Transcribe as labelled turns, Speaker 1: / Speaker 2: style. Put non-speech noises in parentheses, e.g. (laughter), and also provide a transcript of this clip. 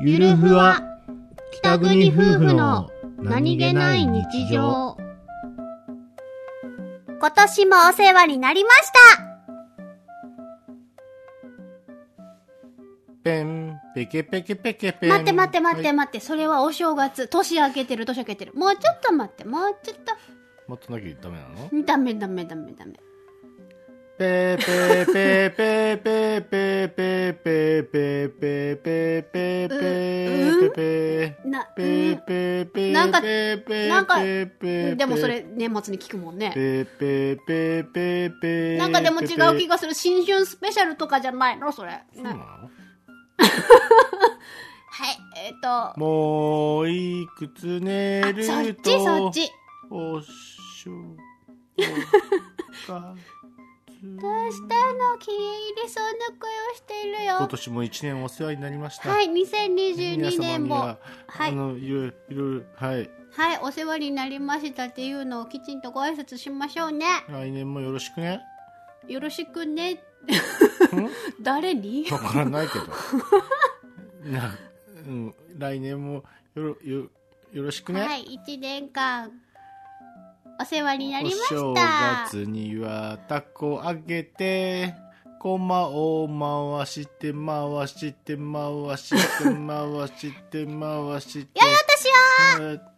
Speaker 1: ゆるふわ北国夫婦の
Speaker 2: 今年もお世話になりました
Speaker 1: ペンペケペケペケペン
Speaker 2: 待って待って待って
Speaker 1: はい
Speaker 2: 待って、それはお正月年明けてる年明けてるもうちょっと待ってもうちょっと
Speaker 1: 待ってなきゃダメなの
Speaker 2: ダメダメダメダメ
Speaker 1: ペーペーペーペーペーペーペーペーペーペーペーペーペーペーペー
Speaker 2: な、
Speaker 1: ペーペーペー
Speaker 2: なんか
Speaker 1: ペーペー
Speaker 2: なんか
Speaker 1: ペーペーペ
Speaker 2: う
Speaker 1: ー
Speaker 2: ん、でもそれ年末に聞くもんね
Speaker 1: ペーペーペーペーペー
Speaker 2: なんかでも違う気がする新春スペシャルとかじゃないのそれ
Speaker 1: そう
Speaker 2: な
Speaker 1: な
Speaker 2: はい
Speaker 1: の
Speaker 2: えっ、と
Speaker 1: もういくつ寝
Speaker 2: あ
Speaker 1: ると
Speaker 2: そっちそっち
Speaker 1: おしょか
Speaker 2: どうしたの気に入りそうな声をしている
Speaker 1: 今
Speaker 2: よ
Speaker 1: 年も一年お世話になりました。。
Speaker 2: はいい2022年も
Speaker 1: は
Speaker 2: はい
Speaker 1: あのいろいろいろはい
Speaker 2: はい、お世話になりましたっていうのをきちんとご挨拶しましょうね。
Speaker 1: 来年もよろしくね。
Speaker 2: よろしくね。
Speaker 1: ん
Speaker 2: (laughs) 誰に
Speaker 1: わからないけ
Speaker 2: (laughs)
Speaker 1: ど。なうん来年もよろよよろしくね。
Speaker 2: はい、一年間、お世話になりました。
Speaker 1: お正月にはタコあげて、コマを回して回して回して回して回して。
Speaker 2: 良いお年を
Speaker 1: えー